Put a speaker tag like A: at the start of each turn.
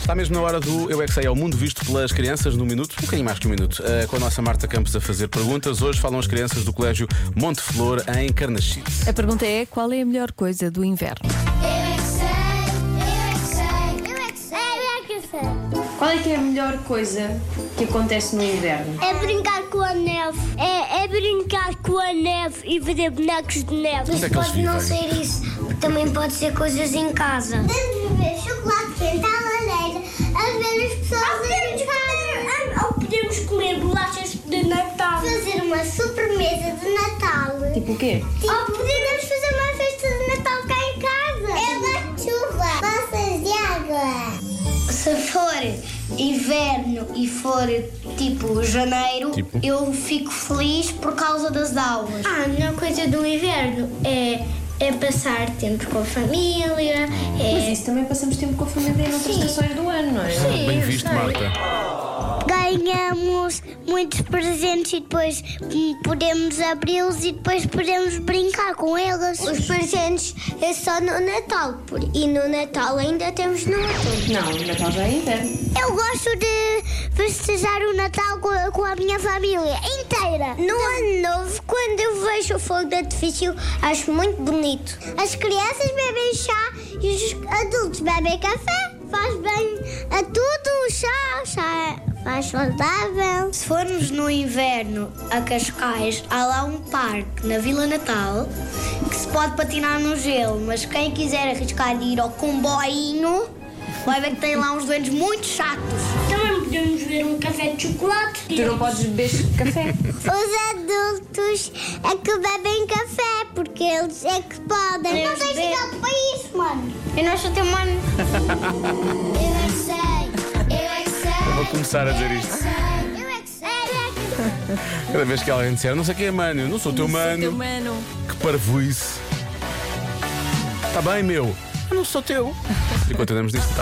A: Está mesmo na hora do Eu é que sei, é o mundo visto pelas crianças num minuto, um bocadinho mais que um minuto, eh, com a nossa Marta Campos a fazer perguntas. Hoje falam as crianças do Colégio Monte Flor em Carnaxide.
B: A pergunta é: qual é a melhor coisa do inverno?
C: Qual é que é a melhor coisa que acontece no inverno?
D: É brincar com a neve. É, é brincar com a neve e ver bonecos de neve.
A: Onde é que eles
D: pode não
A: vivem?
D: ser isso, porque também pode ser coisas em casa. Podemos beber chocolate quente à lareira, a ver as pessoas ou podemos, comer, ah, ou podemos comer bolachas de Natal. Fazer uma sobremesa de Natal.
C: Tipo o quê?
D: Ou podemos fazer uma festa de Natal cá em casa. É da chuva, passas de água. Se for inverno e for tipo janeiro,
A: Tipo?
D: eu fico feliz por causa das aulas. Ah, a melhor coisa do inverno é, é passar tempo com a família.
A: Ah.
D: é
C: Mas isso também passamos tempo com a família em outras
D: Sim.
C: estações do ano, não é?
A: Bem visto, Marta.
D: Ganhamos muitos presentes e depois hum, podemos abri-los e depois podemos brincar com eles. Os presentes é só no Natal e no Natal ainda temos no outono.
C: Não, o Natal já é inverno.
D: Eu gosto de festejar o Natal com, a- com a minha família inteira. No ano novo, quando eu vejo o fogo de artifício, acho muito bonito. As crianças bebem chá e os adultos bebem café. Faz bem a tudo o chá. O chá é mais saudável. Se formos no inverno a Cascais, há lá um parque na Vila Natal que se pode patinar no gelo, mas quem quiser arriscar de ir ao comboinho Vai ver que tem lá uns doentes muito chatos.
E: Também podemos ver um café de chocolate.
C: Tu não podes beber café.
D: Os adultos é que bebem café, porque eles é que podem. Não tens idade para isso, mano. Eu não sou teu mano. eu é que sei, eu é que sei.
A: Vou começar a dizer isto.
D: Eu é que sei, eu é que sei.
A: Cada vez que alguém disser, não sei quem é mano, eu não sou teu mano,
B: Teu mano.
A: que Tá parvoíce. Está bem, meu. Eu não sou teu. E continuamos disto.